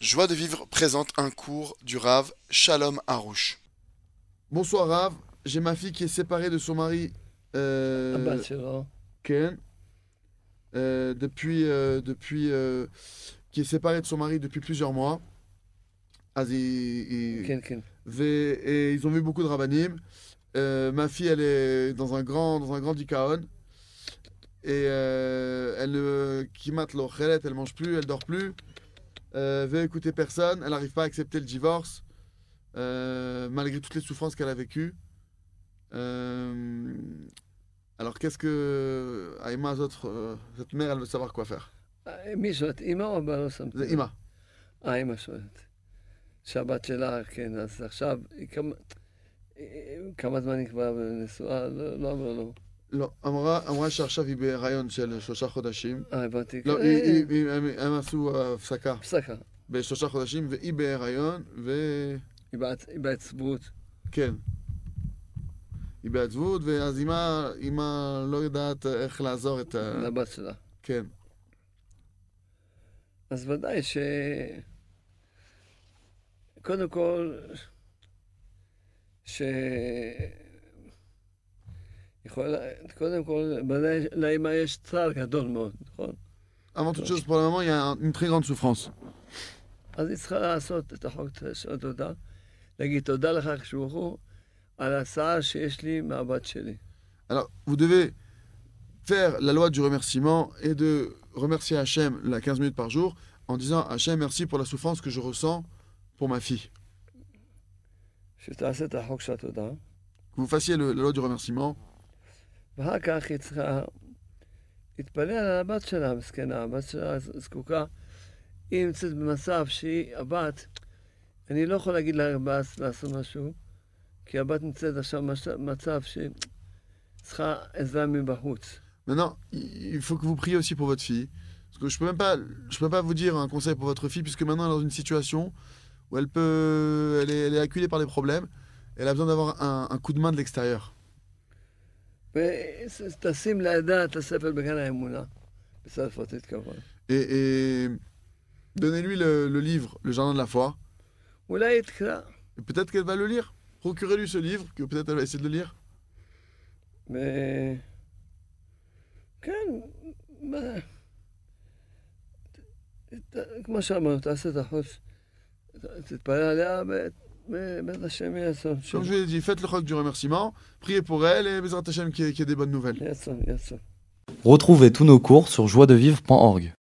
Joie de vivre présente un cours du Rav Shalom Harouche. Bonsoir Rav, j'ai ma fille qui est séparée de son mari. euh, Ah bah, c'est vrai. Ken, euh, depuis, euh, depuis euh, qui est séparée de son mari depuis plusieurs mois. As- et- et- Ken, Ken. ve- et ils ont vu beaucoup de rabbinim. Euh, ma fille, elle est dans un grand, dans un grand dicaon. Et euh, elle ne kimate lo chelet, elle mange plus, elle dort plus. Euh, veut écouter personne, elle n'arrive pas à accepter le divorce, euh, malgré toutes les souffrances qu'elle a vécues. Euh, alors qu'est-ce que Aïma, autres, euh, cette mère, elle veut savoir quoi faire. אה, מי זאת, אימא או הבעל שמתי? C'est Ima. אה, אימא זאת. שהבת שלה, כן, אז עכשיו, היא כמה, אה, כמה זמן היא כבר נשואה? לא לא אמרה לו. לא, אמרה, אמרה שעכשיו היא בהיריון של שלושה חודשים. אה, הבנתי. לא, אה, היא, אה, היא, היא, הם, הם עשו הפסקה הפסקה. בשלושה חודשים, והיא בהיריון, ו... היא בעצ- היא בעצבות. כן. היא בעצבות, ואז אימא, אימא לא יודעת איך לעזור את ה... לבת שלה. כן. אז ודאי ש... קודם כל, ש... יכול... קודם כל, ודאי לאמא יש צער גדול מאוד, נכון? Avant toute chose, pour le moment, il y a une très grande souffrance. אז היא צריכה לעשות את החוק של התודה, להגיד תודה לך, הקדוש ברוך הוא, על ההצעה שיש לי מהבת שלי. Alors, vous devez faire la loi du remerciement et de remercier Hachem la 15 minutes par jour en disant Hachem, merci pour la souffrance que je ressens pour ma fille. שתעשה את החוק של התודה, Que vous fassiez le- la loi du remerciement. ואחר כך היא צריכה להתפלל על הבת שלה, מסכנה, הבת שלה זקוקה. היא נמצאת במצב שהיא, הבת, אני לא יכול להגיד לה "בס, לעשות משהו, כי הבת נמצאת עכשיו במצב- במצב שהיא צריכה עזרה מבחוץ. Maintenant, il il faut que vous priez aussi pour votre fille. Parce que je peux même pas, je peux pas vous dire un conseil pour votre fille, puisque maintenant elle est dans une situation où elle peut, elle est, elle est acculée par des problèmes. Elle a besoin d'avoir un, un coup de main de l'extérieur. ותשים לידה את הספר בגן האמונה, בסדר צרפתית כמובן. Et, et donnez-lui le, le livre, Le Jardin de la Foi. אולי היא תקרא, Et peut-être qu'elle va le lire. Procurez-lui ce livre, que peut-être elle va essayer de le lire. ו... כן, מה... ת- כמו שאמרנו, תעשה את החוץ, תתפלל עליה, ובעזרת השם יהיה אסון. Comme je vous l'ai dit, faites le rock du remerciement, priez pour elle et Bezrat Hachem qu'il y ait- qu'il y ait des bonnes nouvelles. יהיה אסון, יהיה אסון. Retrouvez tous nos cours sur joiedevivre.org.